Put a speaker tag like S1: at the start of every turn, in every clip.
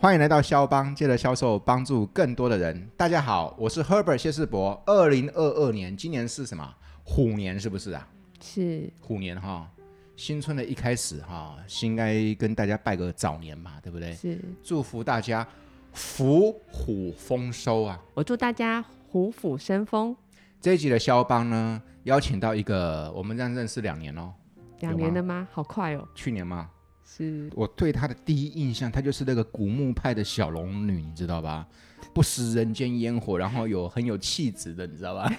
S1: 欢迎来到肖邦，借着销售帮助更多的人。大家好，我是 Herbert 谢世博。二零二二年，今年是什么？虎年是不是啊？
S2: 是
S1: 虎年哈，新春的一开始哈，应该跟大家拜个早年嘛，对不对？
S2: 是，
S1: 祝福大家福虎丰收啊！
S2: 我祝大家虎虎生风，
S1: 这一集的肖邦呢，邀请到一个我们这样认识两年哦，
S2: 两
S1: 有吗
S2: 年了吗？好快哦，
S1: 去年嘛，
S2: 是
S1: 我对他的第一印象，她就是那个古墓派的小龙女，你知道吧？不食人间烟火，然后有很有气质的，你知道吧？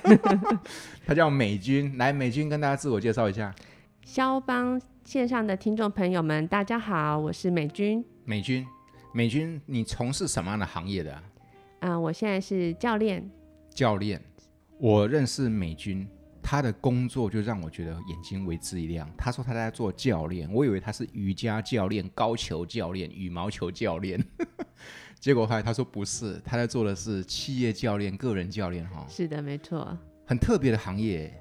S1: 她叫美君，来，美君跟大家自我介绍一下。
S2: 肖邦线上的听众朋友们，大家好，我是美君，
S1: 美君，美君，你从事什么样的行业的啊、
S2: 啊、我现在是教练，
S1: 教练。我认识美君，她的工作就让我觉得眼睛为之一亮。她说她在做教练，我以为她是瑜伽教练、高球教练、羽毛球教练， 结果后来她说不是，她在做的是企业教练、个人教练，哈，
S2: 是的，没错，啊、
S1: 很特别的行业。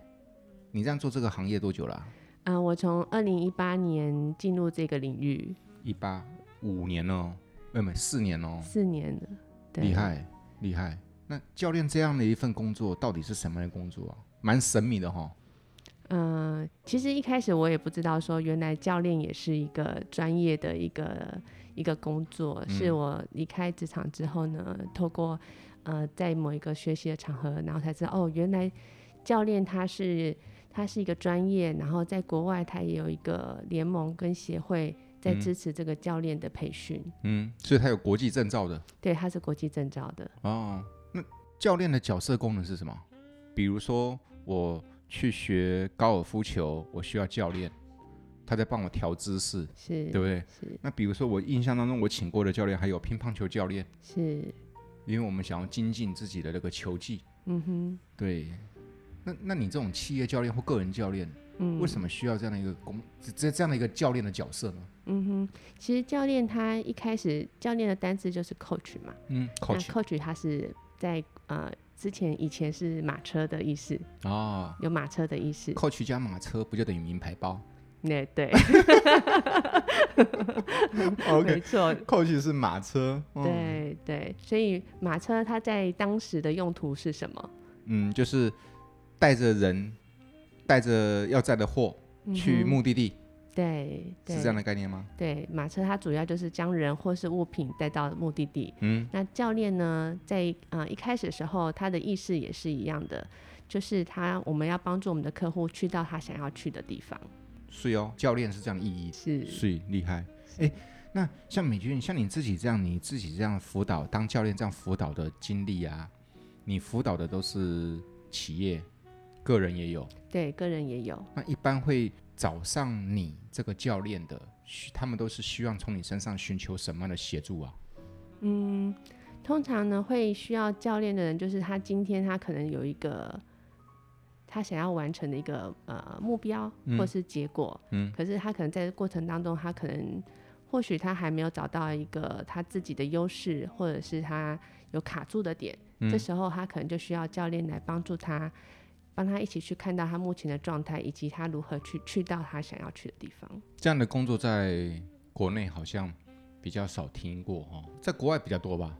S1: 你这样做这个行业多久了、
S2: 啊我从二零一八年进入这个领域，
S1: 一八五年哦，没有没有四年哦，
S2: 四年了，对
S1: 厉，害厉害。那教练这样的一份工作到底是什么样的工作啊？蛮神秘的哈、
S2: 嗯、其实一开始我也不知道说，原来教练也是一个专业的一个一个工作。是我离开职场之后呢，透过呃在某一个学习的场合，然后才知道哦，原来教练他是他是一个专业，然后在国外他也有一个联盟跟协会在支持这个教练的培训。
S1: 嗯，所以他有国际证照的
S2: 对，他是国际证照的。
S1: 哦。那教练的角色功能是什么？比如说我去学高尔夫球，我需要教练，他在帮我调姿势，
S2: 是
S1: 对不对？
S2: 是
S1: 那比如说我印象当中我请过的教练还有乒乓球教练，
S2: 是，
S1: 因为我们想要精进自己的那个球技。
S2: 嗯哼，
S1: 对，那那你这种企业教练或个人教练，
S2: 嗯，
S1: 为什么需要这样的一个工这这这样的一个教练的角色呢？
S2: 嗯哼，其实教练他一开始教练的单词就是 coach 嘛，
S1: 嗯
S2: 那
S1: ，coach
S2: coach 他是在呃之前以前是马车的意思，
S1: 哦
S2: 有马车的意思，
S1: ，coach 加马车不就等于名牌包
S2: 那对，
S1: ？OK，
S2: 没错，
S1: coach 是马车， 嗯，
S2: 对对，所以马车它在当时的用途是什么？
S1: 嗯，就是带着人，带着要载的货去
S2: 嗯哼
S1: 目的地，
S2: 对对
S1: 是这样的概念吗？
S2: 对，马车它主要就是将人或是物品带到目的地。
S1: 嗯，
S2: 那教练呢，在呃一开始的时候，他的意识也是一样的，就是他我们要帮助我们的客户去到他想要去的地方。
S1: 是哦，教练是这样的意义，
S2: 是
S1: 是厉害。哎，那像美军，像你自己这样，你自己这样辅导当教练这样辅导的经历啊，你辅导的都是企业，个人也有。
S2: 对，个人也有。
S1: 那一般会找上你这个教练的，需他们都是希望从你身上寻求什么样的协助啊？
S2: 嗯，通常呢会需要教练的人，就是他今天他可能有一个他想要完成的一个呃目标或是结果，
S1: 嗯
S2: 可是他可能在这过程当中，他可能或许他还没有找到一个他自己的优势，或者是他有卡住的点，这时候他可能就需要教练来帮助他。帮他一起去看到他目前的状态，以及他如何去去到他想要去的地方。
S1: 这样的工作在国内好像比较少听过哦，在国外比较多吧？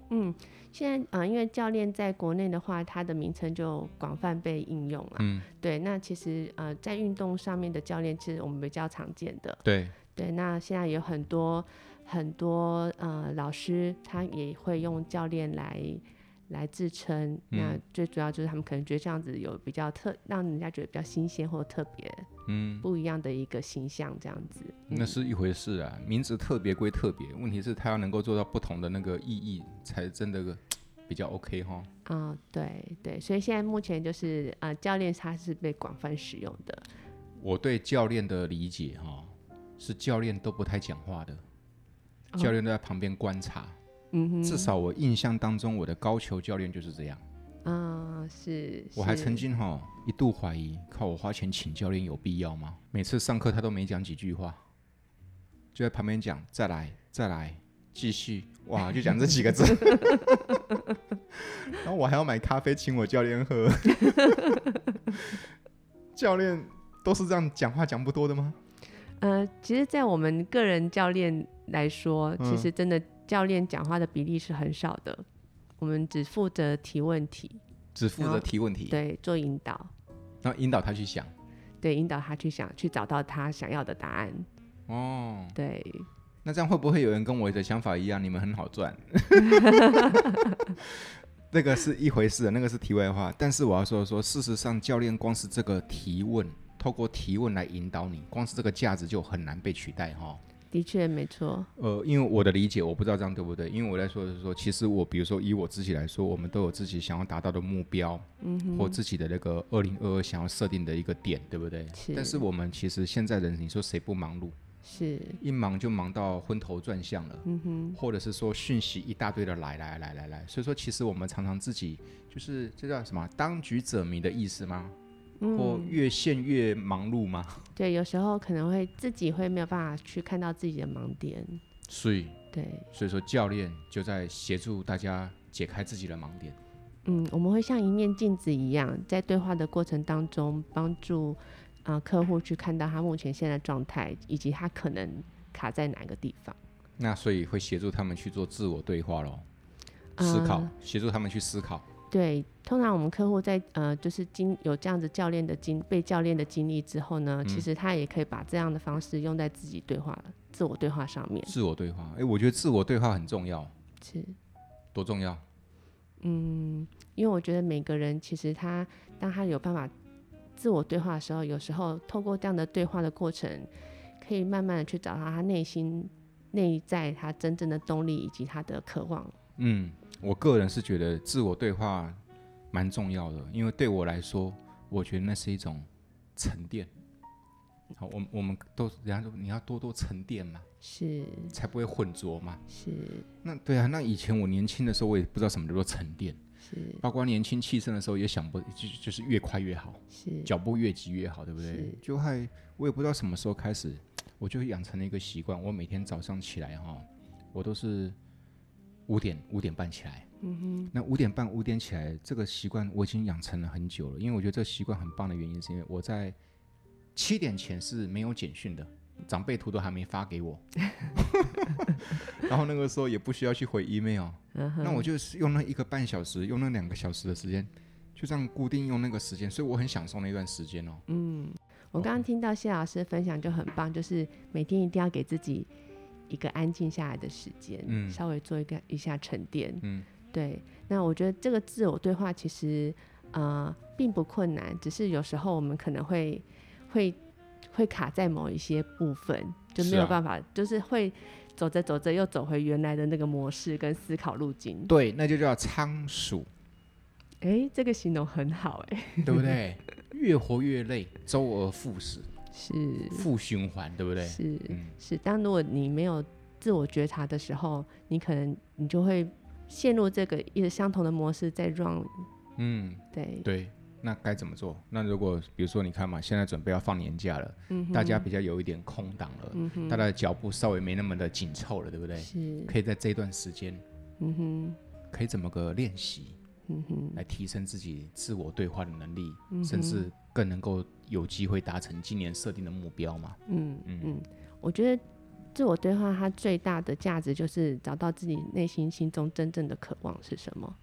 S2: 现在，呃，因为教练在国内的话，它的名称就广泛被应用了。
S1: 嗯，
S2: 对。那其实，呃，在运动上面的教练，其实我们比较常见的。
S1: 对，
S2: 对。那现在有很多很多呃老师，他也会用教练来来自称。那
S1: 嗯
S2: 最主要就是他们可能觉得这样子有比较特，让人家觉得比较新鲜或特别
S1: 嗯，
S2: 不一样的一个形象，这样子。
S1: 那是一回事啊。名字特别归特别，问题是他要能够做到不同的那个意义，才真的个比较 OK 哦哈、
S2: 啊、对对。所以现在目前就是呃，教练他是被广泛使用的。
S1: 我对教练的理解哈、是教练都不太讲话的，教练都在旁边观察。
S2: 哦嗯哼。
S1: 至少我印象当中，我的高球教练就是这样。
S2: 啊、是，
S1: 我还
S2: 是
S1: 曾经哈、一度怀疑，靠我花钱请教练有必要吗？每次上课他都没讲几句话，就在旁边讲再来再来继续，哇，就讲这几个 字。然后我还要买咖啡请我教练喝。教练都是这样讲话讲不多的吗？
S2: 呃，其实，在我们个人教练来说，
S1: 嗯
S2: 其实真的教练讲话的比例是很少的，我们只负责提问题，
S1: 只负
S2: 然
S1: 责
S2: 后
S1: 提问题，
S2: 对，做引导，
S1: 然后引导他去想。
S2: 对，引导他去想，去找到他想要的答案，
S1: 哦，
S2: 对，
S1: 那这样会不会有人跟我的想法一样？你们很好赚， 那个是一回事，那个是题外话。但是我要说的说，事实上，教练光是这个提问，透过提问来引导你，光是这个价值就很难被取代哈、
S2: 的确没错，
S1: 呃，因为我的理解，我不知道这样对不对。因为我在说的是说，其实我比如说以我自己来说，我们都有自己想要达到的目标，嗯，或自己的那个二零二二想要设定的一个点，对不对？
S2: 是
S1: 但是我们其实现在人，你说谁不忙碌？
S2: 是，
S1: 一忙就忙到昏头转向了，
S2: 嗯哼，
S1: 或者是说讯息一大堆的来来来来来。所以说，其实我们常常自己就是这叫什么“当局者迷”的意思吗？或
S2: 嗯，
S1: 越陷越忙碌吗？
S2: 对，有时候可能会自己会没有办法去看到自己的盲点，
S1: 所以，
S2: 对，
S1: 所以说教练就在协助大家解开自己的盲点。
S2: 嗯，我们会像一面镜子一样，在对话的过程当中，帮助啊、呃客户去看到他目前现在的状态，以及他可能卡在哪个地方。
S1: 那所以会协助他们去做自我对话咯，思考，
S2: 呃
S1: 协助他们去思考。
S2: 对，通常我们客户在呃，就是经有这样子教练的经被教练的经历之后呢，其实他也可以把这样的方式用在自己对话、自我对话上面。
S1: 自我对话，诶，我觉得自我对话很重要，
S2: 是，
S1: 多重要？
S2: 因为我觉得每个人其实他当他有办法自我对话的时候，有时候透过这样的对话的过程，可以慢慢的去找到他内心内在他真正的动力以及他的渴望。
S1: 嗯，我个人是觉得自我对话蛮重要的，因为对我来说，我觉得那是一种沉淀。好，我们我们都人家说你要多多沉淀嘛，
S2: 是
S1: 才不会混浊嘛。
S2: 是
S1: 那对啊，那以前我年轻的时候，我也不知道什么叫做沉淀，
S2: 是
S1: 包括年轻气盛的时候，也想不就就是越快越好。
S2: 是
S1: 脚步越急越好，对不对
S2: 是？
S1: 就还我也不知道什么时候开始，我就养成了一个习惯，我每天早上起来哈，我都是五点五点半起来。嗯哼，那五点半五点起来这个习惯我已经养成了很久了，因为我觉得这个习惯很棒的原因是因为我在七点前是没有简讯的。长辈图都还没发给我， 然后那个时候也不需要去回 email，、那我就是用那一个半小时，用那两个小时的时间，就这样固定用那个时间，所以我很享受那段时间哦。
S2: 嗯我刚刚听到谢老师分享就很棒，就是每天一定要给自己一个安静下来的时间，
S1: 嗯
S2: 稍微做一个一下沉淀。
S1: 嗯，
S2: 对。那我觉得这个自我对话其实呃并不困难，只是有时候我们可能会会会卡在某一些部分，就是没有
S1: 啊
S2: 办法，就是会走着走着又走回原来的那个模式跟思考路径。
S1: 对，那就叫仓 鼠，
S2: 哎，这个形容很好 哎、
S1: 对不对？越活越累，周而复始，
S2: 是
S1: 负循环，对不对？
S2: 是。
S1: 嗯，
S2: 是，当如果你没有自我觉察的时候，你可能你就会陷入这个一直相同的模式在 run。
S1: 嗯，
S2: 对，
S1: 对。那该怎么做？那如果比如说，你看嘛，现在准备要放年假了，
S2: 嗯哼嗯
S1: 大家比较有一点空档了，大家的脚步稍微没那么的紧凑了，对不对？
S2: 是，
S1: 可以在这段时间，
S2: 嗯哼，
S1: 可以怎么个练习？
S2: 嗯哼，嗯
S1: 来提升自己自我对话的能力，甚至更能够有机会达成今年设定的目标嘛？
S2: 嗯嗯，我觉得自我对话它最大的价值就是找到自己内心心中真正的渴望是什么。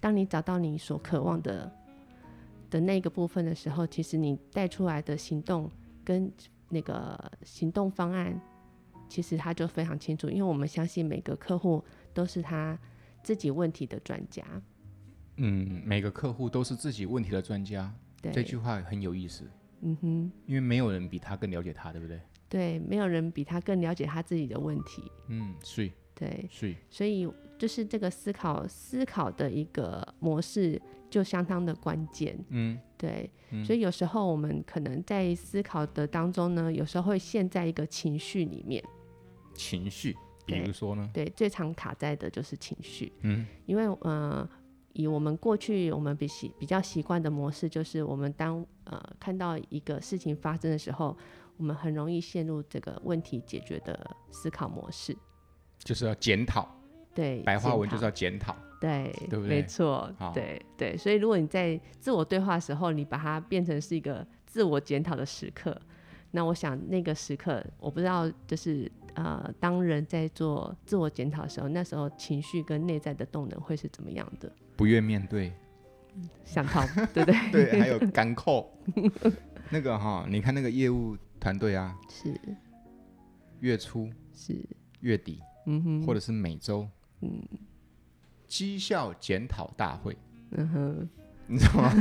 S2: 当你找到你所渴望的的那个部分的时候，其实你带出来的行动跟那个行动方案，其实他就非常清楚，因为我们相信每个客户都是他自己问题的专家。
S1: 嗯，每个客户都是自己问题的专家，
S2: 对，
S1: 这句话很有意思，
S2: 嗯哼，
S1: 因为没有人比他更了解他，对不对？
S2: 对，没有人比他更了解他自己的问题。
S1: 嗯，是
S2: 对，
S1: 是，
S2: 所以就是这个思考思考的一个模式就相当的关键，
S1: 嗯，
S2: 对，所以有时候我们可能在思考的当中呢，有时候会陷在一个情绪里面，
S1: 情绪，比
S2: 对
S1: 如说呢，
S2: 对，最常卡在的就是情绪，
S1: 嗯，
S2: 因为呃，以我们过去我们比习比较习惯的模式，就是我们当呃看到一个事情发生的时候，我们很容易陷入这个问题解决的思考模式，
S1: 就是要检讨，
S2: 对，
S1: 白话
S2: 检
S1: 文就
S2: 讨
S1: 是要检讨，
S2: 对，
S1: 对不对
S2: 没错
S1: 好，
S2: 对对，所以如果你在自我对话的时候，你把它变成是一个自我检讨的时刻，那我想那个时刻，我不知道就是呃，当人在做自我检讨的时候，那时候情绪跟内在的动能会是怎么样的？
S1: 不愿面对，
S2: 想逃，对不对？
S1: 对，还有赶扣， 那个哈，你看那个业务团队啊，
S2: 是
S1: 月初、
S2: 是，
S1: 月底
S2: 嗯哼，
S1: 或者是每周
S2: 嗯
S1: 绩效检讨大会，
S2: 嗯哼，
S1: 你知道吗？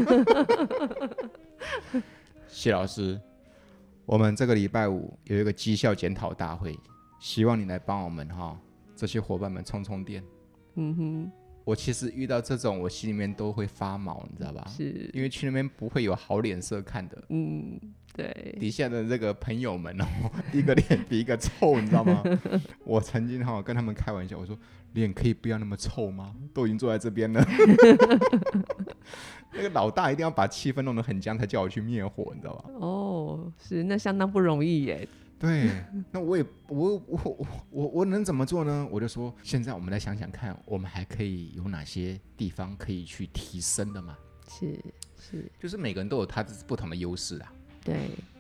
S1: 谢老师，我们这个礼拜五有一个绩效检讨大会，希望你来帮我们哈，这些伙伴们充充电。
S2: 嗯哼，
S1: 我其实遇到这种，我心里面都会发毛，你知道吧？
S2: 是，
S1: 因为去那边不会有好脸色看的，
S2: 嗯，对，
S1: 底下的这个朋友们哦， 一个脸比一个臭，你知道 吗？我曾经哈、跟他们开玩笑，我说脸可以不要那么臭吗？都已经坐在这边了， 那个老大一定要把气氛弄得很僵，才叫我去灭火，你知道吧？
S2: 哦，是，那相当不容易耶，
S1: 对，那我也我我我我我能怎么做呢？我就说，现在我们来想想看，我们还可以有哪些地方可以去提升的嘛？
S2: 是是，
S1: 就是每个人都有他不同的优势啊。
S2: 对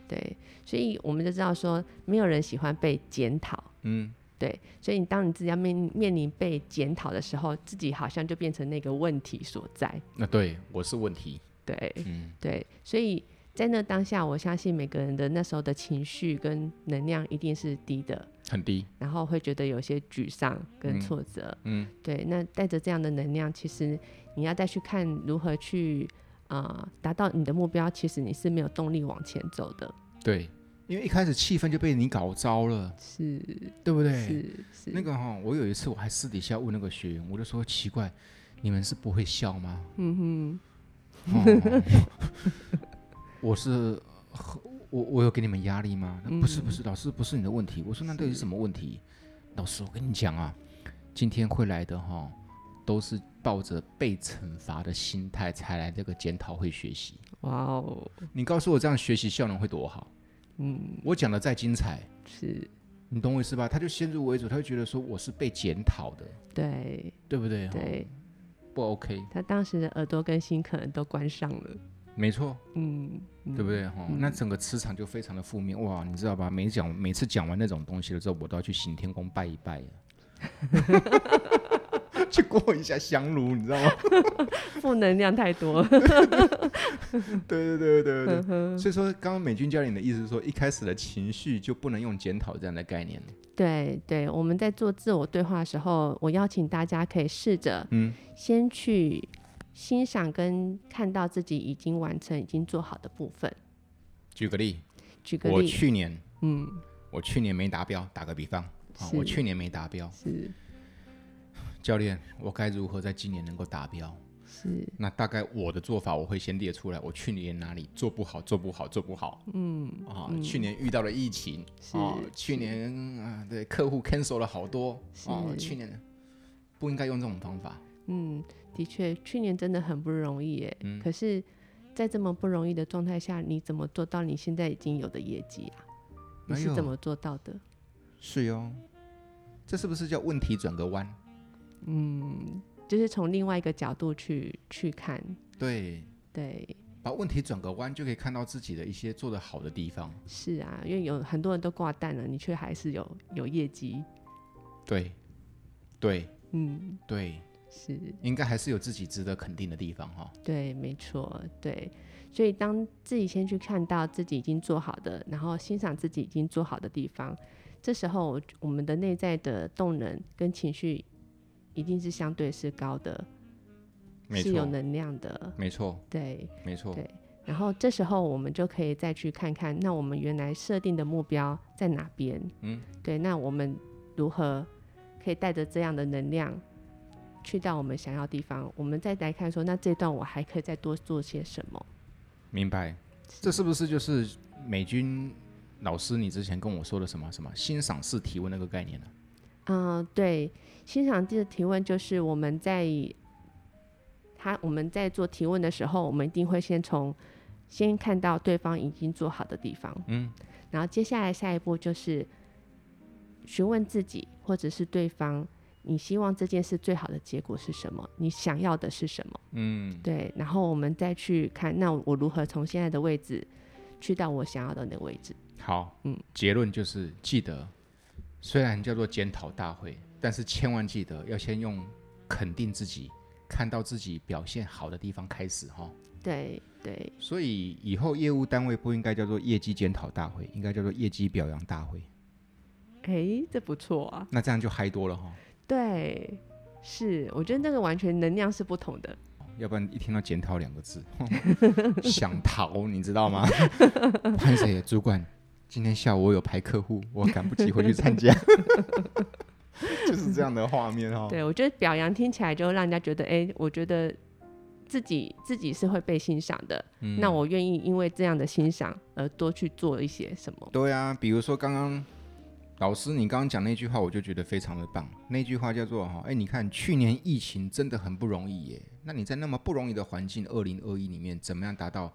S2: 对，所以我们就知道说，没有人喜欢被检讨。
S1: 嗯，
S2: 对，所以你当你自己要面面临被检讨的时候，自己好像就变成那个问题所在。
S1: 那对我是问题。
S2: 对，
S1: 嗯，
S2: 对，所以在那当下，我相信每个人的那时候的情绪跟能量一定是低的，
S1: 很低。
S2: 然后会觉得有些沮丧跟
S1: 嗯
S2: 挫折。
S1: 嗯，
S2: 对，那带着这样的能量，其实你要再去看如何去呃达到你的目标，其实你是没有动力往前走的。
S1: 对，因为一开始气氛就被你搞糟了，
S2: 是
S1: 对不对？
S2: 是是，
S1: 那个哈、我有一次我还私底下问那个学员，我就说奇怪，你们是不会笑吗？
S2: 嗯
S1: 哦 我是我我有给你们压力吗？那不
S2: 嗯
S1: 是不是，老师不是你的问题。我说那到底是什么问题？老师，我跟你讲啊，今天会来的哈、都是抱着被惩罚的心态才来这个检讨会学习。
S2: 哼，哇哦，
S1: 你告诉我这样学习效能会多好？
S2: 嗯
S1: 我讲的再精彩，
S2: 是，
S1: 你懂我意思吧？他就先入为主，他就觉得说我是被检讨的，
S2: 对
S1: 对不对？哦
S2: 对，
S1: 不 OK，
S2: 他当时的耳朵跟心可能都关上了，
S1: 没错，
S2: 嗯，嗯
S1: 对不？对？哈、那整个磁场就非常的负面哇，你知道吧？每讲每次讲完那种东西了之后，我都要去行天宫拜一 拜了，去过一下香炉，你知道吗？
S2: 负能量太多了，
S1: 对对对对
S2: 嗯
S1: 对对。所以说，刚刚美军教练的意思是说，一开始的情绪就不能用检讨这样的概念了。
S2: 对对，我们在做自我对话的时候，我邀请大家可以试着
S1: 嗯，
S2: 先去欣赏跟看到自己已经完成、已经做好的部分。
S1: 举个例，
S2: 举个
S1: 我
S2: 例，
S1: 去年
S2: 嗯，
S1: 我去年没达标，打个比方啊，
S2: 是
S1: 我去年没达标，
S2: 是
S1: 教练，我该如何在今年能够达标？
S2: 是，
S1: 那大概我的做法，我会先列出来，我去年哪里做不好，做不好，做不好
S2: 嗯，
S1: 啊、
S2: 嗯
S1: 去年遇到了疫情
S2: 是
S1: 啊、去
S2: 是
S1: 年啊、对客户 cancel 了好多啊、
S2: 是
S1: 去年不应该用这种方法，
S2: 嗯，的确，去年真的很不容易耶。
S1: 嗯
S2: 可是，在这么不容易的状态下，你怎么做到你现在已经有的业绩啊？你
S1: 哎
S2: 是
S1: 呦
S2: 怎么做到的？
S1: 是哟、这是不是叫问题转个弯？
S2: 就是从另外一个角度去去看，
S1: 对，
S2: 对，
S1: 把问题转个弯，就可以看到自己的一些做得好的地方。
S2: 是啊，因为有很多人都挂蛋了，你却还是有有业绩，
S1: 对，对，
S2: 嗯，
S1: 对，
S2: 是。
S1: 应该还是有自己值得肯定的地方哈、
S2: 对，没错，对。所以当自己先去看到自己已经做好的，然后欣赏自己已经做好的地方，这时候我我们的内在的动能跟情绪一定是相对是高的，
S1: 没
S2: 是有
S1: 错，
S2: 能量的，
S1: 没错，
S2: 对
S1: 没错。
S2: 对。然后这时候我们就可以再去看看，那我们原来设定的目标在哪边？
S1: 嗯，
S2: 对，那我们如何可以带着这样的能量去到我们想要的地方？我们再来看说，那这段我还可以再多做些什么？
S1: 明白，这是不是就是美军老师你之前跟我说的什么什么欣赏式提问那个概念呢、
S2: 嗯，对，欣赏这个提问就是我们在他我们在做提问的时候，我们一定会先从先看到对方已经做好的地方，
S1: 嗯，
S2: 然后接下来下一步就是询问自己或者是对方，你希望这件事最好的结果是什么？你想要的是什么？
S1: 嗯，
S2: 对，然后我们再去看，那我如何从现在的位置去到我想要的那个位置？
S1: 好，
S2: 嗯，
S1: 结论就是记得虽然叫做检讨大会，但是千万记得要先用肯定自己，看到自己表现好的地方开始哈、
S2: 对对，
S1: 所以以后业务单位不应该叫做业绩检讨大会，应该叫做业绩表扬大会。
S2: 哎，这不错啊。
S1: 那这样就嗨多了哈、
S2: 对，是，我觉得这个完全能量是不同的。
S1: 要不然一听到“检讨”两个字，想逃，你知道吗？潘姐，主管，今天下午我有排客户，我赶不及回去参加， 就是这样的画面哦。
S2: 对，我觉得表扬听起来就让人家觉得，哎，我觉得自己自己是会被欣赏的，
S1: 嗯
S2: 那我愿意因为这样的欣赏而多去做一些什么。
S1: 对啊，比如说刚刚老师你刚刚讲那句话，我就觉得非常的棒。那句话叫做哈，哎，你看去年疫情真的很不容易耶。那你在那么不容易的环境，二零二一里面怎么样达到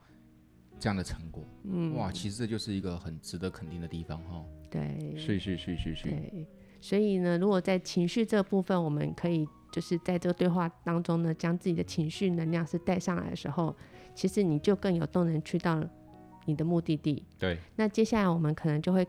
S1: 这样的成果？
S2: 嗯，
S1: 哇，其实这就是一个很值得肯定的地方哈、哦。
S2: 对，
S1: 是是是是
S2: 对，所以呢，如果在情绪这部分，我们可以就是在这个对话当中呢，将自己的情绪能量是带上来的时候，其实你就更有动能去到你的目的地。
S1: 对，
S2: 那接下来我们可能就会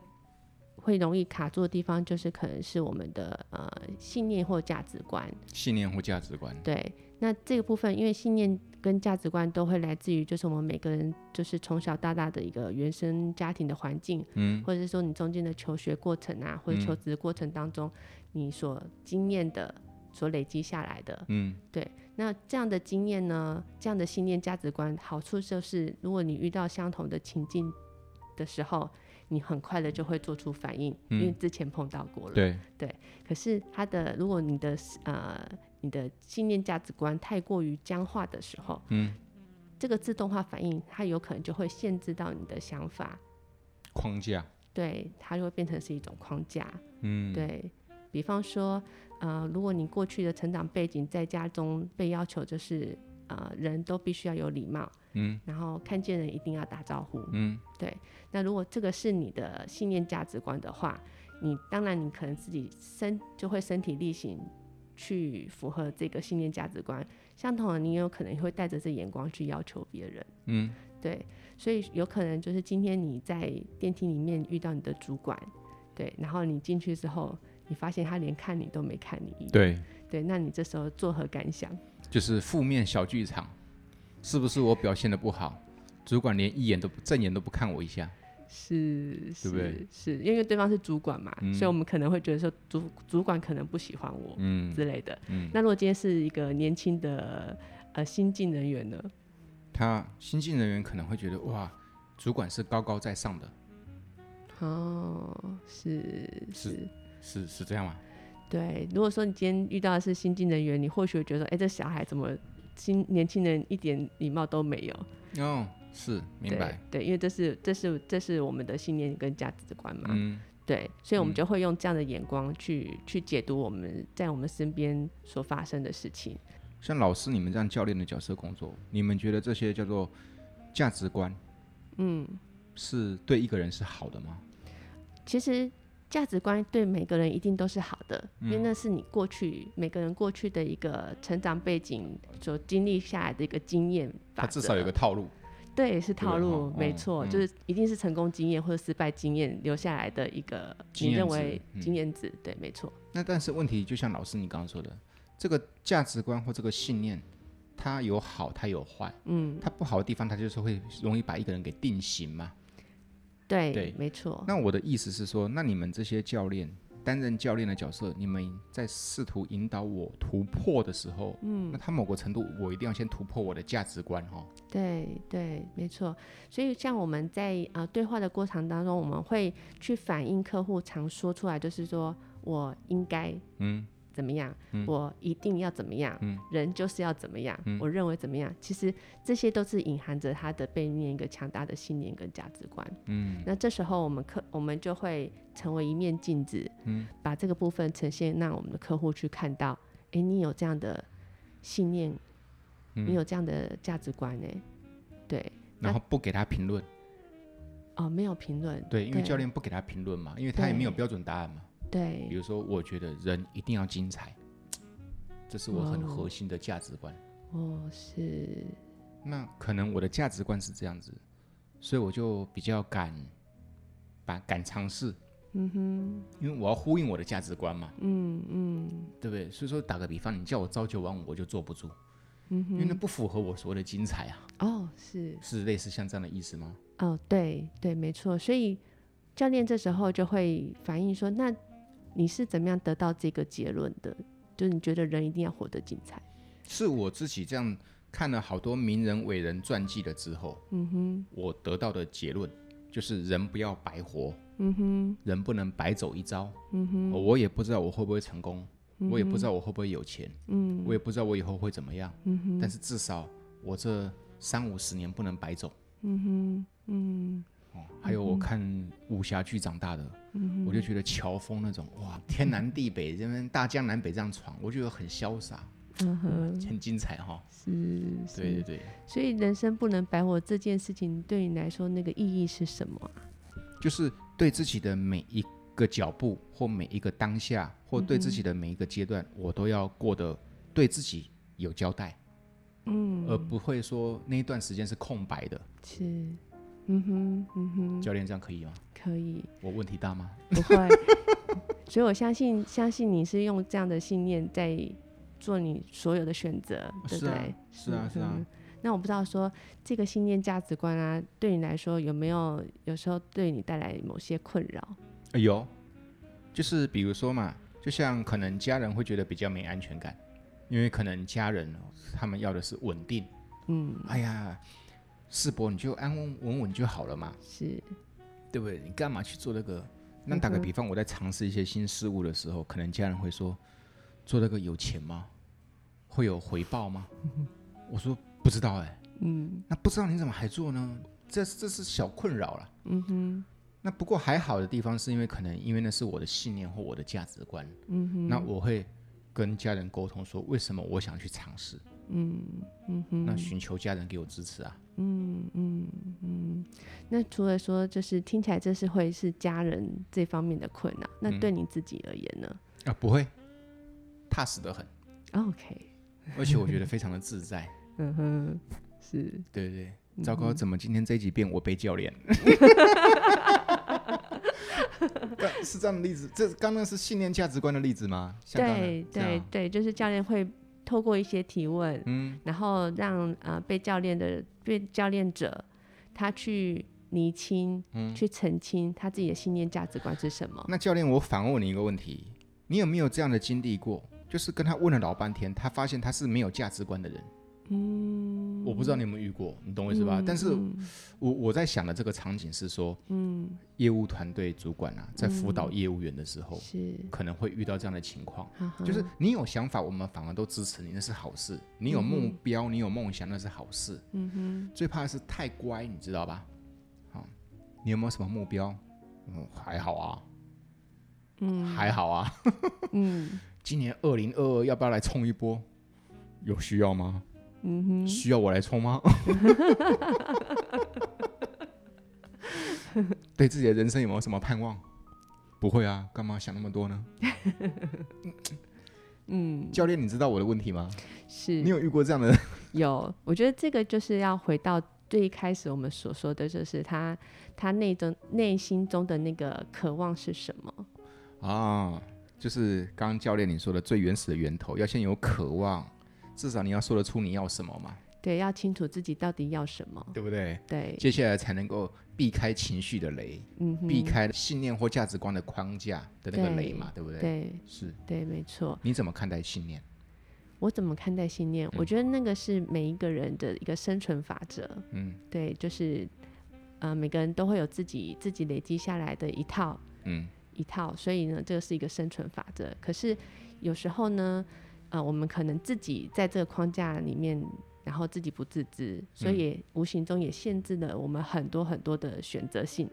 S2: 会容易卡住的地方，就是可能是我们的呃信念或价值观。
S1: 信念或价值观。
S2: 对，那这个部分，因为信念跟价值观都会来自于，就是我们每个人就是从小到大的一个原生家庭的环境，
S1: 嗯，
S2: 或者是说你中间的求学过程啊，或者求职过程当中，你所经验的、所累积下来的，
S1: 嗯，
S2: 那这样的经验呢，这样的信念价值观，好处就是，如果你遇到相同的情境的时候，你很快的就会做出反应，
S1: 嗯
S2: 因为之前碰到过了。
S1: 对，
S2: 可是它的，如果你的呃你的信念价值观太过于僵化的时候，
S1: 嗯，
S2: 这个自动化反应它有可能就会限制到你的想法，
S1: 框架。
S2: 对，它就会变成是一种框架。
S1: 嗯，
S2: 对比方说，呃，如果你过去的成长背景在家中被要求就是呃人都必须要有礼貌，
S1: 嗯
S2: 然后看见人一定要打招呼，
S1: 嗯，
S2: 那如果这个是你的信念价值观的话，你当然你可能自己身就会身体力行去符合这个信念价值观。相同的，你也有可能会带着这眼光去要求别人。
S1: 嗯，
S2: 对，所以有可能就是今天你在电梯里面遇到你的主管，对，然后你进去之后，你发现他连看你都没看你一眼，
S1: 对，
S2: 对，那你这时候作何感想？
S1: 就是负面小剧场，是不是我表现的不好？主管连一眼都不正眼都不看我一下，
S2: 是，
S1: 对
S2: 是，
S1: 不对
S2: 是因为对方是主管嘛，
S1: 嗯
S2: 所以我们可能会觉得说主主管可能不喜欢我，
S1: 嗯，
S2: 之类的。
S1: 嗯
S2: 那如果今天是一个年轻的呃新进人员呢？
S1: 他新进人员可能会觉得哇，主管是高高在上的，
S2: 哦，是
S1: 是
S2: 是，
S1: 是是这样吗？
S2: 对。如果说你今天遇到的是新进人员，你或许会觉得，哎、这小孩怎么新年轻人一点礼貌都没有？
S1: 哦，是明白，
S2: 对，对，因为这是这是这是我们的信念跟价值观嘛。
S1: 嗯
S2: 对，所以我们
S1: 嗯
S2: 就会用这样的眼光去、去解读我们在我们身边所发生的事情。
S1: 像老师你们这样教练的角色工作，你们觉得这些叫做价值观，
S2: 嗯，
S1: 是对一个人是好的吗？
S2: 其实价值观对每个人一定都是好的，
S1: 嗯
S2: 因为那是你过去每个人过去的一个成长背景所经历下来的一个经验
S1: 他
S2: 法
S1: 至少有
S2: 则
S1: 个套路。
S2: 对是套路
S1: 对，哈
S2: 没
S1: 嗯
S2: 错，
S1: 嗯
S2: 就是一定是成功经验或者失败经验留下来的一个
S1: 经
S2: 你
S1: 验
S2: 认
S1: 值
S2: 为
S1: 嗯
S2: 经验值，对，没错，
S1: 那但是问题就像老师你刚刚说的，这个价值观或这个信念，它有好，它有坏，
S2: 嗯，
S1: 它不好的地方，它就是会容易把一个人给定型嘛。
S2: 对，
S1: 对
S2: 没错，
S1: 那我的意思是说，那你们这些教练担任教练的角色，你们在试图引导我突破的时候，嗯，那他某个程度，我一定要先突破我的价值观哦。
S2: 对对，没错。所以像我们在呃对话的过程当中，我们会去反映客户常说出来，就是说我应该
S1: 嗯，
S2: 怎么样，我一定要怎么样，
S1: 嗯
S2: 人就是要怎么样，我认为怎么样，其实这些都是隐含着他的背面一个强大的信念跟价值观。
S1: 嗯，
S2: 那这时候我们客我们就会成为一面镜子，
S1: 嗯，
S2: 把这个部分呈现，让我们的客户去看到，诶，你有这样的信念，
S1: 嗯
S2: 你有这样的价值观，诶，对，
S1: 然后不给他评论，
S2: 哦，没有评论，
S1: 对，因为
S2: 对
S1: 教练不给他评论嘛，因为他也没有
S2: 对
S1: 标准答案嘛。
S2: 对
S1: 比，如说，我觉得人一定要精彩，这是我很核心的价值观。
S2: 哦，是，
S1: 那可能我的价值观是这样子，所以我就比较敢把敢尝试，
S2: 嗯哼，
S1: 因为我要呼应我的价值观嘛，
S2: 嗯嗯
S1: 对不对？所以说打个比方，你叫我朝九晚五，我就坐不住，
S2: 嗯
S1: 因为那
S2: 哼，
S1: 不符合我所谓的精彩啊，
S2: 哦，是，
S1: 是类似像这样的意思吗？
S2: 哦，对对，没错。所以教练这时候就会反映说，那你是怎么样得到这个结论的？就是你觉得人一定要活得精彩。
S1: 是我自己这样看了好多名人伟人传记了之后，
S2: 嗯哼，
S1: 我得到的结论就是人不要白活，
S2: 嗯哼，
S1: 人不能白走一遭。哦
S2: 嗯哼，
S1: 我也不知道我会不会成功，
S2: 嗯
S1: 我也不知
S2: 哼，
S1: 道我会不会有钱，
S2: 嗯
S1: 我也不知道我以后会怎么样。
S2: 嗯哼，
S1: 但是至少我这三五十年不能白走。
S2: 嗯哼，嗯
S1: 哦，还有我看武侠剧长大的，
S2: 嗯哼，
S1: 我就觉得乔峰那种哇，天南地北，这边大江南北这样闯，我觉得很潇洒，
S2: 嗯哼，
S1: 很精彩哈、
S2: 是，是
S1: 对对对，
S2: 所以人生不能白活这件事情，对你来说那个意义是什么啊？
S1: 就是对自己的每一个脚步或每一个当下，或对自己的每一个阶段，我都要过得对自己有交代，
S2: 嗯，
S1: 而不会说那一段时间是空白的。
S2: 是，嗯哼，嗯哼，
S1: 教练这样可以吗？
S2: 可以，
S1: 我问题大吗？
S2: 不会。 所以我相信，相信你是用这样的信念在做你所有的选择，对
S1: 是
S2: 不
S1: 啊
S2: 对？
S1: 是啊是啊
S2: 嗯那我不知道说这个信念价值观啊，对你来说有没有有时候对你带来某些困扰？
S1: 呃
S2: 嗯
S1: 有，就是比如说嘛，就像可能家人会觉得比较没安全感，因为可能家人哦他们要的是稳定。
S2: 嗯，
S1: 哎呀，世博你就安安稳稳就好了嘛，
S2: 是，
S1: 对不对？你干嘛去做那个？那打个
S2: 嗯哼
S1: 比方，我在尝试一些新事物的时候，可能家人会说：“做那个有钱吗？会有回报吗？”我说：“不知道哎、
S2: 嗯
S1: 那不知道你怎么还做呢？这这是小困扰了。
S2: 嗯哼，
S1: 那不过还好的地方是因为可能因为那是我的信念或我的价值观，
S2: 嗯哼，
S1: 那我会跟家人沟通说为什么我想去尝试，
S2: 嗯嗯哼，
S1: 那寻求家人给我支持啊。
S2: 嗯嗯嗯，那除了说，就是听起来这是会是家人这方面的困扰，那
S1: 嗯
S2: 对你自己而言呢、
S1: 啊，不会，踏实的很，
S2: o k
S1: 而且我觉得非常的自在。
S2: 嗯哼，是，嗯
S1: 对对对，糟糕，怎么今天这一集变我被教 练？刚 是这样的例子，这刚刚是信念价值观的例子吗？像刚刚的
S2: 对
S1: 这样啊
S2: 对对，就是教练会透过一些提问，
S1: 嗯，
S2: 然后让呃被教练的被教练者他去厘清、
S1: 嗯
S2: 去澄清他自己的信念价值观是什么。
S1: 那教练，我反问你一个问题，你有没有这样的经历过？就是跟他问了老半天，他发现他是没有价值观的人。嗯，我不知道你有没有遇过，你懂我意思吧？
S2: 嗯
S1: 但是我我在想的这个场景是说，嗯，业务团队主管啊，在辅
S2: 嗯
S1: 导业务员的时候，
S2: 是，嗯
S1: 可能会遇到这样的情况。
S2: 哈哈
S1: 就是你有想法，我们反而都支持你，那是好事。你有目标，你有梦想，那是好事。
S2: 嗯哼，
S1: 最怕的是太乖，你知道吧？好、你有没有什么目标？嗯，还好啊，
S2: 嗯
S1: 还好啊。
S2: 嗯
S1: 今年二零二二要不要来冲一波？有需要吗？
S2: 嗯哼，
S1: 需要我来冲吗？ 对自己的人生有没有什么盼望？不会啊，干嘛想那么多呢？
S2: 嗯
S1: 教练，你知道我的问题吗？
S2: 是
S1: 你。有遇过这样 的？
S2: 有，我觉得这个就是要回到最一开始我们所说的，就是他他内中内心中的那个渴望是什么？
S1: 啊，就是刚刚教练你说的最原始的源头，要先有渴望，至少你要说得出你要什么嘛，
S2: 对，要清楚自己到底要什么。
S1: 对不对？
S2: 对，
S1: 接下来才能够避开情绪的雷，
S2: 嗯哼，
S1: 避开信念或价值观的框架的那个雷嘛，对不对？
S2: 对
S1: 是，
S2: 对，没错。
S1: 你怎么看待信念？
S2: 我怎么看待信念？我觉得那个是每一个人的一个生存法则。
S1: 嗯
S2: 对，就是呃，每个人都会有自己自己累积下来的一套
S1: 嗯
S2: 一套，所以呢，这个是一个生存法则。可是有时候呢，呃，我们可能自己在这个框架里面，然后自己不自知，所
S1: 嗯
S2: 以也无形中也限制了我们很多很多的选择性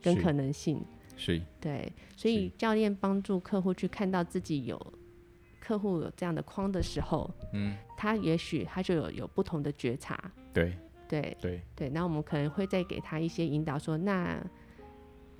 S2: 跟
S1: 是
S2: 可能性。
S1: 是，
S2: 对，所以教练帮助客户去看到自己有客户有这样的框的时候，
S1: 嗯，
S2: 他也许他就有有不同的觉察。
S1: 对
S2: 对
S1: 对，
S2: 对，那我们可能会再给他一些引导说那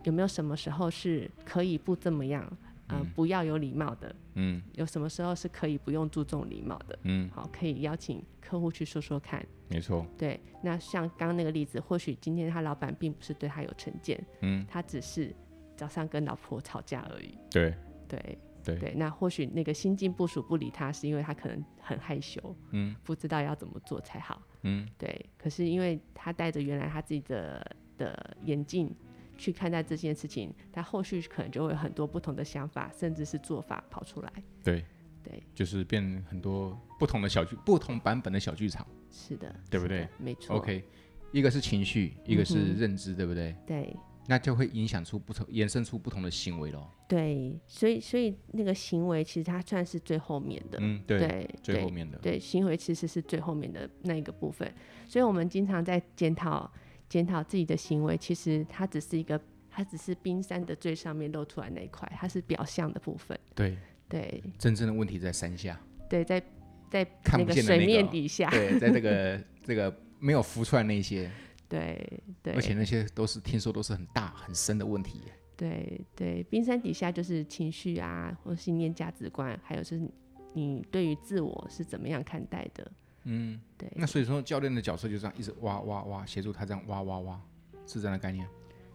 S2: 有没有什么时候是可以不这么样？呃，不要有礼貌的，
S1: 嗯
S2: 有什么时候是可以不用注重礼貌的？
S1: 嗯，
S2: 好，可以邀请客户去说说看。
S1: 没错，
S2: 对，那像刚刚那个例子，或许今天他老板并不是对他有成见，
S1: 嗯，
S2: 他只是早上跟老婆吵架而已。
S1: 对
S2: 对
S1: 对
S2: 对，那或许那个新进部署不理他，是因为他可能很害羞，
S1: 嗯
S2: 不知道要怎么做才好。
S1: 嗯，
S2: 对，可是因为他戴着原来他自己的的眼镜去看待这件事情，他后续可能就会有很多不同的想法，甚至是做法跑出来。
S1: 对
S2: 对，
S1: 就是变很多不同的小剧，不同版本的小剧场。
S2: 是的，
S1: 对不
S2: 是的
S1: 对？
S2: 没错。
S1: OK，一个是情绪，一个是
S2: 嗯哼
S1: 认知，对不对？
S2: 对
S1: 那就会影响出不同，延伸出不同的行为咯。
S2: 对，所以所以那个行为其实它算是最后面的。
S1: 嗯，对，
S2: 对
S1: 最
S2: 对
S1: 后面的，
S2: 对，行为其实是最后面的那一个部分，所以我们经常在检讨检讨自己的行为，其实它只是一个，它只是冰山的最上面露出来那一块，它是表象的部分。
S1: 对，
S2: 对
S1: 真正的问题在山下，
S2: 对，在在
S1: 看
S2: 那
S1: 不
S2: 个
S1: 见的那
S2: 水面
S1: 个哦
S2: 底下，
S1: 对，在这个这个没有浮出来那些，
S2: 对对，
S1: 而且那些都是听说都是很大很深的问题耶。
S2: 对对，冰山底下就是情绪啊，或信念、价值观，还有是你对于自我是怎么样看待的。
S1: 嗯，
S2: 对，
S1: 那所以说教练的角色就这样一直挖挖挖，协助他这样挖挖挖，是这样的概念。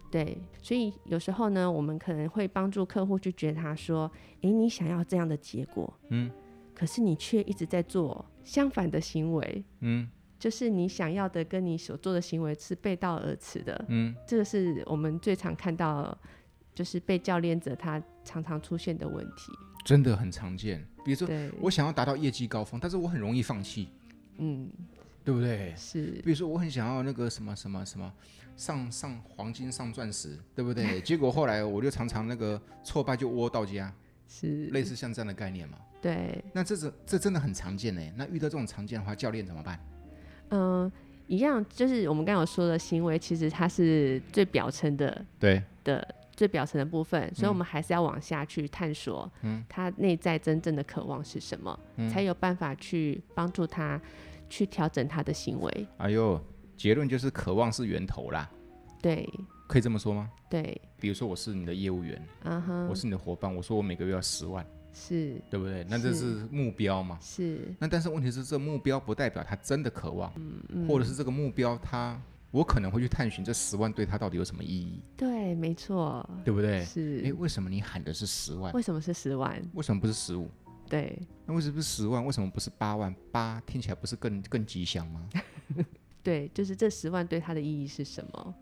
S2: 对，所以有时候呢，我们可能会帮助客户去觉察说，诶，你想要这样的结果，
S1: 嗯，
S2: 可是你却一直在做相反的行为，
S1: 嗯
S2: 就是你想要的跟你所做的行为是背道而驰的。
S1: 嗯，
S2: 这个是我们最常看到，就是被教练者他常常出现的问题。
S1: 真的很常见。比如说，
S2: 对，
S1: 我想要达到业绩高峰，但是我很容易放弃，
S2: 嗯，
S1: 对不对？
S2: 是
S1: 比如说，我很想要那个什么什么什么上上黄金上钻石，对不 对？结果后来我就常常那个挫败就窝到家，
S2: 是，
S1: 类似像这样的概念嘛。
S2: 对，
S1: 那这种这真的很常见呢。那遇到这种常见的话，教练怎么办？
S2: 嗯，一样，就是我们刚刚有说的行为，其实它是最表层的
S1: 对，
S2: 的最表层的部分，所以我
S1: 嗯
S2: 们还是要往下去探索，嗯，他内在真正的渴望是什么，
S1: 嗯
S2: 才有办法去帮助他去调整他的行为。
S1: 哎呦，结论就是渴望是源头啦，
S2: 对
S1: 可以这么说吗？
S2: 对，
S1: 比如说我是你的业务员，
S2: 啊哈
S1: 我，是你的伙伴，我说我每个月要十万，
S2: 是
S1: 对不对？那这是
S2: 是
S1: 目标嘛？
S2: 是，
S1: 那但是问题是，这目标不代表他真的渴望，
S2: 嗯
S1: 或者是这个目标他，我可能会去探寻这十万对他到底有什么意义，
S2: 对，没错，
S1: 对不对？诶，
S2: 是。
S1: 为什么你喊的是十万？
S2: 为什么是十万？
S1: 为什么不是十五？
S2: 对
S1: 那为什么不是十万？为什么不是八万？八听起来不是更更吉祥 吗？
S2: 对，就是这十万对他的意义是什么？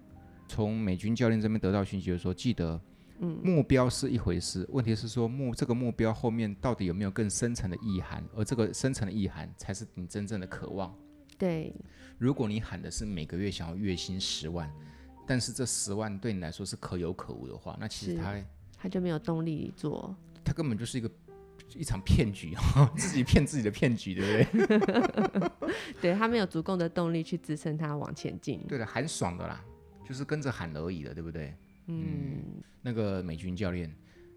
S1: 从美军教练这边得到讯息，就是说，记得，
S2: 嗯
S1: 目标是一回事，问题是说目这个目标后面到底有没有更深层的意涵，而这个深层的意涵才是你真正的渴望。
S2: 对，
S1: 如果你喊的是每个月想要月薪十万，但是这十万对你来说是可有可无的话，那其实
S2: 是
S1: 它
S2: 他就没有动力做。
S1: 它根本就是一个一场骗局， 自己骗自己的骗局，对不对？
S2: 对他没有足够的动力去支撑他往前进。
S1: 对的，喊爽的啦，就是跟着喊而已了，对不对？
S2: 嗯，
S1: 那个美军教练，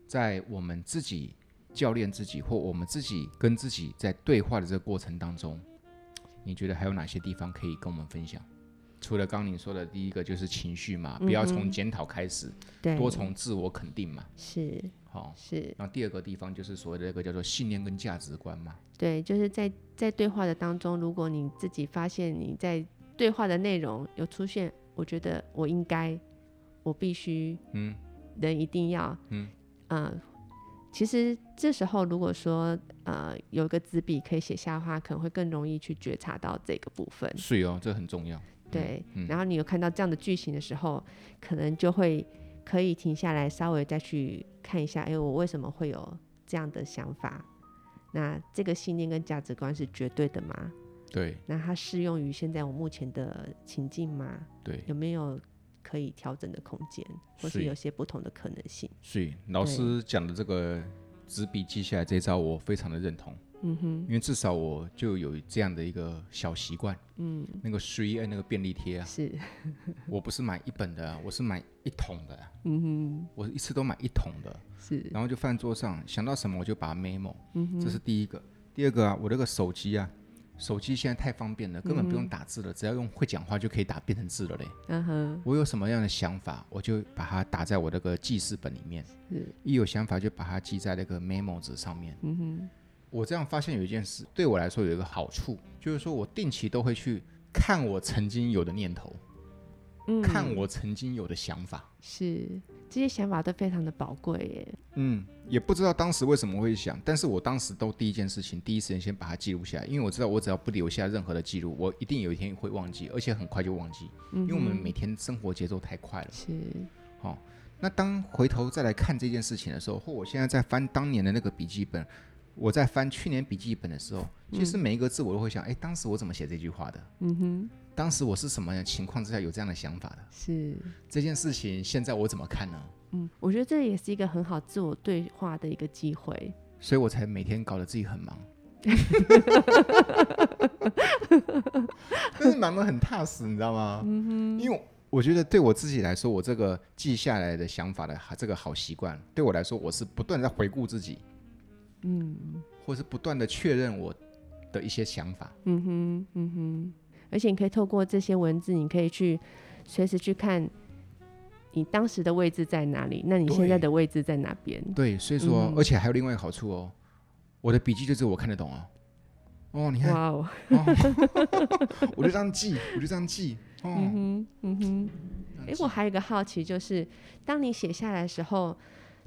S1: 在我们自己教练自己或我们自己跟自己在对话的这个过程当中，你觉得还有哪些地方可以跟我们分享？除了刚刚你说的第一个就是情绪嘛，不要从检讨开始，
S2: 嗯对，
S1: 多从自我肯定嘛。
S2: 是
S1: 好、
S2: 是，
S1: 然后第二个地方就是所谓的那个叫做信念跟价值观嘛。
S2: 对，就是在在对话的当中，如果你自己发现你在对话的内容有出现，我觉得我应该，我必须，
S1: 嗯，
S2: 人一定要，
S1: 嗯，
S2: 呃，其实这时候如果说呃有个纸笔可以写下的话，可能会更容易去觉察到这个部分。
S1: 是哦，这很重要。
S2: 对，
S1: 嗯
S2: 然后你有看到这样的剧情的时候，可能就会可以停下来，稍微再去看一下，哎，我为什么会有这样的想法？那这个信念跟价值观是绝对的吗？
S1: 对
S2: 那它适用于现在我目前的情境吗？
S1: 对，
S2: 有没有可以调整的空间，或
S1: 是
S2: 是有些不同的可能性？
S1: 所以老师讲的这个纸笔记下来这一招，我非常的认同。
S2: 嗯哼，
S1: 因为至少我就有这样的一个小习惯，嗯，那个 three N 那个便利贴啊，
S2: 是，
S1: 我不是买一本的啊，我是买一桶的啊，
S2: 嗯
S1: 我一次都买一桶的，啊
S2: 哼，是，嗯
S1: 然后就放桌上，想到什么我就把它 memo，、这是第一个。第二个啊，我这个手机啊，手机现在太方便了，根本不用打字了，只要用会讲话就可以打变成字了嘞。
S2: 嗯哼，
S1: 我有什么样的想法，我就把它打在我那个记事本里面，
S2: 是，
S1: 一有想法就把它记在那个 memo 纸上面。
S2: 嗯哼，
S1: 我这样发现有一件事，对我来说有一个好处，就是说我定期都会去看我曾经有的念头，
S2: 嗯
S1: 看我曾经有的想法。
S2: 是这些想法都非常的宝贵耶。
S1: 嗯，也不知道当时为什么会想，但是我当时都第一件事情，第一时间先把它记录下来，因为我知道我只要不留下任何的记录，我一定有一天会忘记，而且很快就忘记，
S2: 因
S1: 因为我们每天生活节奏太快了。
S2: 嗯是
S1: 哦，那当回头再来看这件事情的时候，或我现在在翻当年的那个笔记本，我在翻去年笔记本的时候，其实每一个字我都会想，哎、当时我怎么写这句话的？嗯哼，当时我是什么情况之下有这样的想法的？
S2: 是，
S1: 这件事情现在我怎么看呢？
S2: 嗯，我觉得这也是一个很好自我对话的一个机会。
S1: 所以我才每天搞得自己很 忙。但是忙得很踏实，你知道吗？
S2: 嗯
S1: 因为我觉得对我自己来说，我这个记下来的想法的这个好习惯，对我来说，我是不断地在回顾自己，嗯，或是不断的确认我的一些想法。
S2: 嗯哼，嗯哼，而且你可以透过这些文字，你可以去随时去看你当时的位置在哪里，那你现在
S1: 对
S2: 的位置在哪边？
S1: 对，所以说，
S2: 嗯
S1: 而且还有另外一个好处哦，我的笔记就只有我看得懂哦。哦，你看，
S2: 哇哦，
S1: 我就这样记，我就这样记。哦，
S2: 嗯哼，嗯哼。哎、我还有一个好奇，就是当你写下来的时候，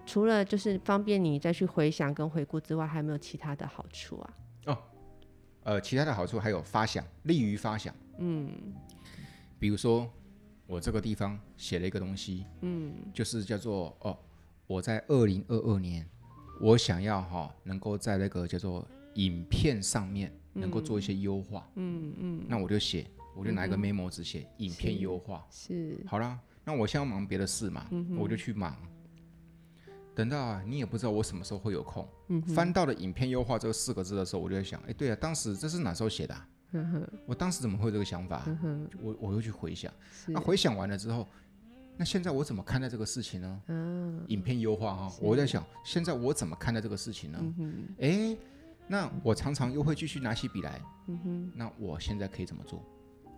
S2: 除了就是方便你再去回想跟回顾之外，还有没有其他的好处啊？
S1: 呃，其他的好处还有发想，利于发想。嗯，比如说我这个地方写了一个东西，嗯，就是叫做哦，我在二零二二年，我想要哈、能够在那个叫做影片上面能够做一些优化，嗯嗯，那我就写，我就拿一个 memo 只写、影片优化，
S2: 嗯是，
S1: 好啦，那我现在忙别的事嘛，我就去忙。等到啊，你也不知道我什么时候会有空。翻到了“影片优化”这四个字的时候，我就在想，哎，对啊，当时这是哪时候写的啊、我当时怎么会有这个想法啊、我我又去回想，
S2: 是
S1: 那、回想完了之后，那现在我怎么看待这个事情呢？影片优化哈、我在想，现在我怎么看待这个事情呢？哎、那我常常又会继续拿起笔来，那我现在可以怎么做？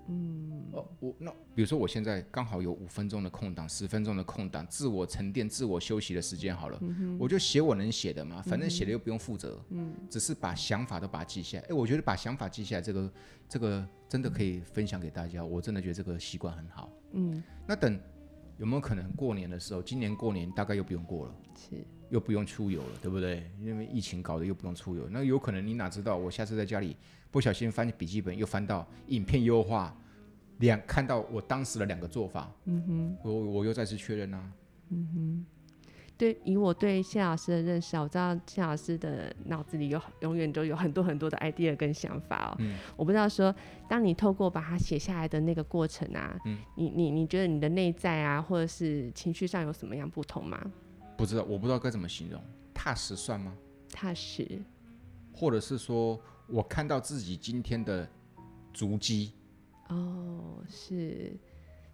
S1: 嗯，哦，我那比如说我现在刚好有五分钟的空档，十分钟的空档，自我沉淀、自我休息的时间好了，我就写我能写的嘛，反正写了又不用负责，嗯，只是把想法都把它记下来。哎，我觉得把想法记下来，这个这个真的可以分享给大家，我真的觉得这个习惯很好。
S2: 嗯，
S1: 那等有没有可能过年的时候，今年过年大概又不用过了，
S2: 是，
S1: 又不用出游了，对不对？因为疫情搞得又不用出游，那有可能你哪知道，我下次在家里不小心翻笔记本，又翻到影片优化，两看到我当时的两个做法，嗯哼，我我又再次确认啊，
S2: 对，以我对谢老师的认识啊，我知道谢老师的脑子里有永远都有很多很多的 idea 跟想法哦。
S1: 嗯
S2: 我不知道说，当你透过把它写下来的那个过程啊，
S1: 嗯
S2: 你你你觉得你的内在啊，或者是情绪上有什么样不同吗？
S1: 不知道我不知道该怎么形容，踏实算吗？
S2: 踏实，
S1: 或者是说我看到自己今天的足迹，
S2: 哦，是，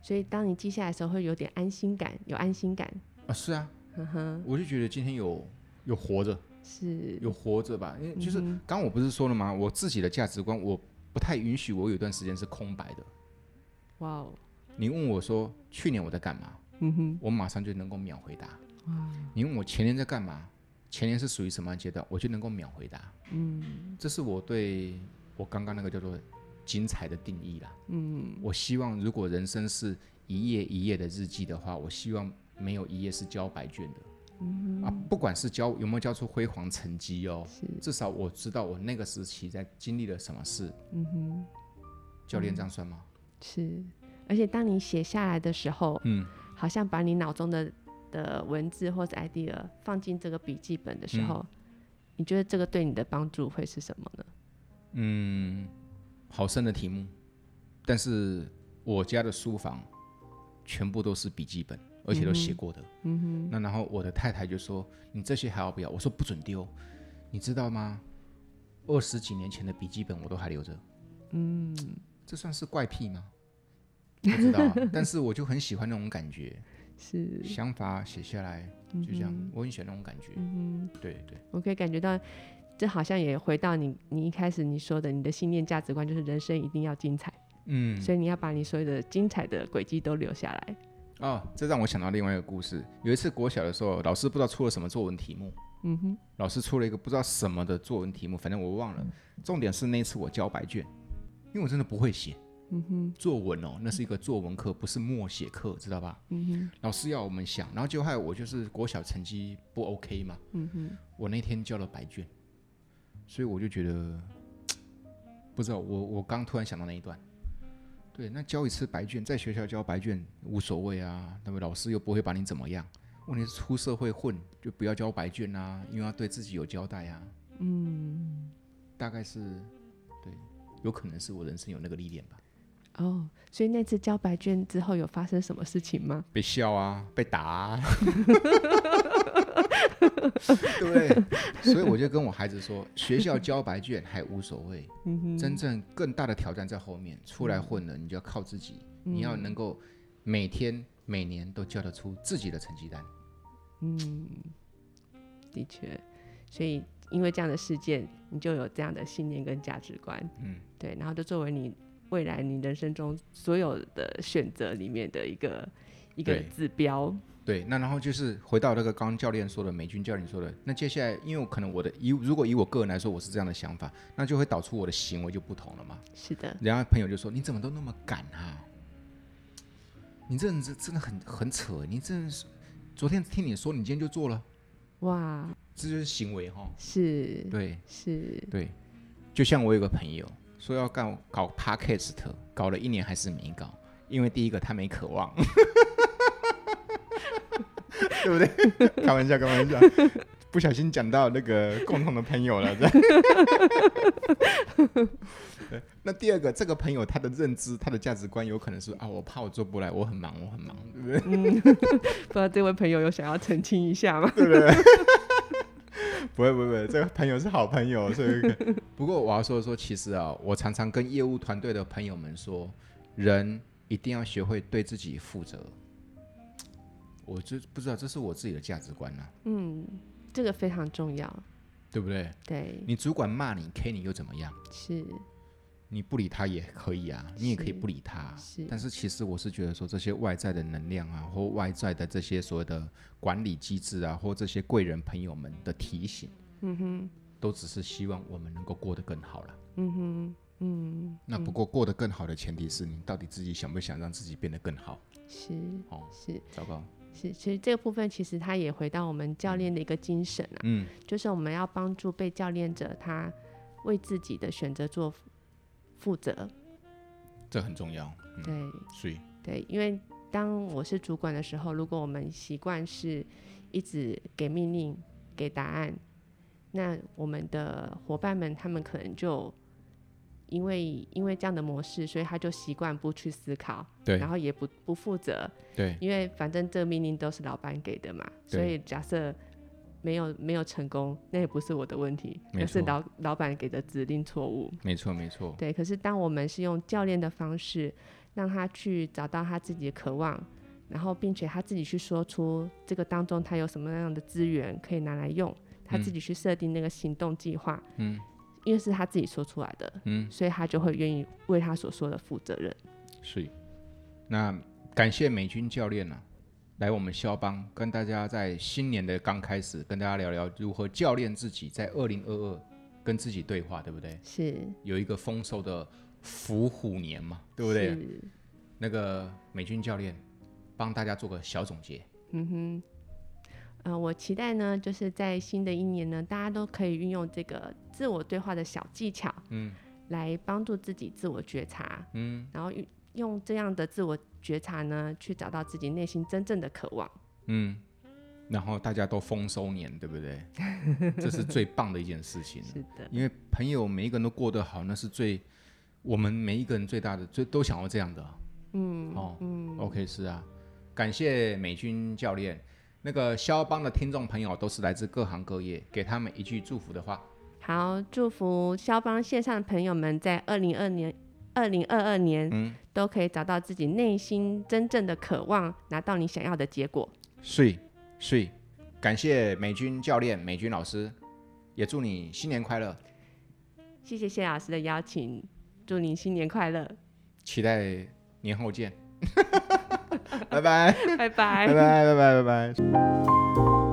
S2: 所以当你记下来的时候，会有点安心感，有安心感，
S1: 啊，是啊，
S2: 呵呵，
S1: 我就觉得今天有有活着，
S2: 是，
S1: 有活着吧，因为就是刚刚我不是说了吗？我自己的价值观，我不太允许我有一段时间是空白的。
S2: 哇哦，
S1: 你问我说去年我在干嘛，
S2: 嗯哼，
S1: 我马上就能够秒回答。你问我前年在干嘛，前年是属于什么样的阶段，我就能够秒回答。嗯，这是我对我刚刚那个叫做精彩的定义啦。嗯，我希望如果人生是一页一页的日记的话，我希望没有一页是交白卷的。嗯、啊，不管是交有没有交出辉煌成绩哦，至少我知道我那个时期在经历了什么事。
S2: 嗯哼，
S1: 教练这样算吗？
S2: 是，而且当你写下来的时候，
S1: 嗯，
S2: 好像把你脑中的的文字或者 idea 放进这个笔记本的时候，你觉得这个对你的帮助会是什么呢？
S1: 嗯，好深的题目，但是我家的书房全部都是笔记本，而且都写过的。嗯哼。那然后我的太太就说：“你这些还要不要？”我说：“不准丢，你知道吗？二十几年前的笔记本我都还留着。”嗯，这算是怪癖吗？不知道啊、 但是我就很喜欢那种感觉，
S2: 是
S1: 想法写下来就这样，我很喜欢那种感觉。嗯对对，
S2: 我可以感觉到，这好像也回到你你一开始你说的，你的信念价值观就是人生一定要精彩，
S1: 嗯。
S2: 所以你要把你所有的精彩的轨迹都留下来。
S1: 哦，这让我想到另外一个故事。有一次国小的时候，老师不知道出了什么作文题目，
S2: 嗯哼，嗯
S1: 老师出了一个不知道什么的作文题目，反正我忘了。重点是那一次我交白卷，因为我真的不会写。
S2: 嗯哼，
S1: 作文哦，那是一个作文课，不是默写课，知道吧？
S2: 嗯哼，
S1: 老师要我们想，然后就害我就是国小成绩不 OK 嘛，
S2: 嗯哼，
S1: 我那天交了白卷，所以我就觉得不知道，我我刚突然想到那一段。对，那交一次白卷，在学校交白卷无所谓啊，那么老师又不会把你怎么样。问题是出社会混，就不要交白卷啊，因为要对自己有交代啊。
S2: 嗯，
S1: 大概是，对，有可能是我人生有那个历练吧。
S2: 哦，所以那次交白卷之后有发生什么事情吗？
S1: 被笑啊，被打、啊， 对不对？所以我就跟我孩子说，学校交白卷还无所谓，
S2: 嗯哼，
S1: 真正更大的挑战在后面。出来混了，你就要靠自己，
S2: 嗯
S1: 你要能够每天每年都交得出自己的成绩单。
S2: 嗯，的确，所以因为这样的事件，你就有这样的信念跟价值观，
S1: 嗯，
S2: 对，然后就作为你未来你人生中所有的选择里面的一个一个
S1: 对
S2: 指标，
S1: 对，那然后就是回到那个刚刚教练说的，美军教练说的，那接下来，因为我可能我的以如果以我个人来说，我是这样的想法，那就会导出我的行为就不同了嘛。
S2: 是的，
S1: 然后朋友就说：“你怎么都那么敢啊？你这人真真的很很扯，你这是昨天听你说，你今天就做了，
S2: 哇，
S1: 这就是行为哈。
S2: 是”
S1: 对
S2: 是，
S1: 对，就像我有个朋友说要干搞 podcast，搞了一年还是没搞，因为第一个他没渴望， 对不对？ 开玩笑，开玩笑，不小心讲到那个共同的朋友了。这样 对那第二个，这个朋友他的认知、他的价值观有可能是啊，我怕我做不来，我很忙，我很忙，对不对？
S2: 嗯， 不知道这位朋友有想要澄清一下吗？
S1: 不会不会不会，这个朋友是好朋友，所以不过我要说说，其实啊，我常常跟业务团队的朋友们说，人一定要学会对自己负责。我就不知道，这是我自己的价值观啊，
S2: 嗯，这个非常重要，
S1: 对不对？
S2: 对，
S1: 你主管骂你 K 你又怎么样？
S2: 是
S1: 你不理他也可以啊，你也可以
S2: 是
S1: 不理他啊、
S2: 是
S1: 但是其实我是觉得说，这些外在的能量啊，或外在的这些所谓的管理机制啊，或这些贵人朋友们的提醒，
S2: 嗯哼，
S1: 都只是希望我们能够过得更好了。
S2: 嗯哼，嗯，
S1: 那不过过得更好的前提是你到底自己想不想让自己变得更好？
S2: 是
S1: 哦，
S2: 是
S1: 糟糕，
S2: 是，其实这个部分其实它也回到我们教练的一个精神啊，
S1: 嗯，
S2: 就是我们要帮助被教练者他为自己的选择做负责，
S1: 这很重要，嗯，
S2: 对
S1: 所以
S2: 对，因为当我是主管的时候，如果我们习惯是一直给命令、给答案，那我们的伙伴们他们可能就因为因为这样的模式，所以他就习惯不去思考，
S1: 对
S2: 然后也不不负责，
S1: 对
S2: 因为反正这个命令都是老板给的嘛，
S1: 对
S2: 所以假设没有没有成功，那也不是我的问题，
S1: 没
S2: 那是
S1: 错
S2: 老老板给的指令错误。
S1: 没错没错，
S2: 对，可是当我们是用教练的方式，让他去找到他自己的渴望，然后并且他自己去说出这个当中他有什么样的资源可以拿来用，他自己去设定那个行动计划，
S1: 嗯，
S2: 因为是他自己说出来的，
S1: 嗯，
S2: 所以他就会愿意为他所说的负责任。
S1: 所以那感谢美军教练啊，来我们肖邦跟大家在新年的刚开始跟大家聊聊如何教练自己在二零二二跟自己对话，对不对？
S2: 是，
S1: 有一个丰收的伏虎年嘛，对不对？
S2: 是？
S1: 那个美军教练帮大家做个小总结，
S2: 嗯哼，呃，我期待呢，就是在新的一年呢，大家都可以运用这个自我对话的小技巧，
S1: 嗯，
S2: 来帮助自己自我觉察，
S1: 嗯，
S2: 然后用用这样的自我觉察呢，去找到自己内心真正的渴望。
S1: 嗯，然后大家都丰收年，对不 对？这是最棒的一件事情了，
S2: 是的，
S1: 因为朋友每一个人都过得好，那是最我们每一个人最大的最都想要这样的。
S2: 嗯，
S1: 哦
S2: 嗯，
S1: OK，是啊，感谢美军教练。那个肖邦的听众朋友都是来自各行各业，给他们一句祝福的话。
S2: 好，祝福肖邦线上的朋友们在二零二年。二零二二年，
S1: 嗯
S2: 都可以找到自己内心真正的渴望，拿到你想要的结果。
S1: 睡睡，感谢美军教练、美军老师，也祝你新年快乐，
S2: 谢谢谢老师的邀请，祝您新年快乐，
S1: 期待年后 见，拜拜。
S2: 拜拜
S1: 拜。拜拜拜拜拜。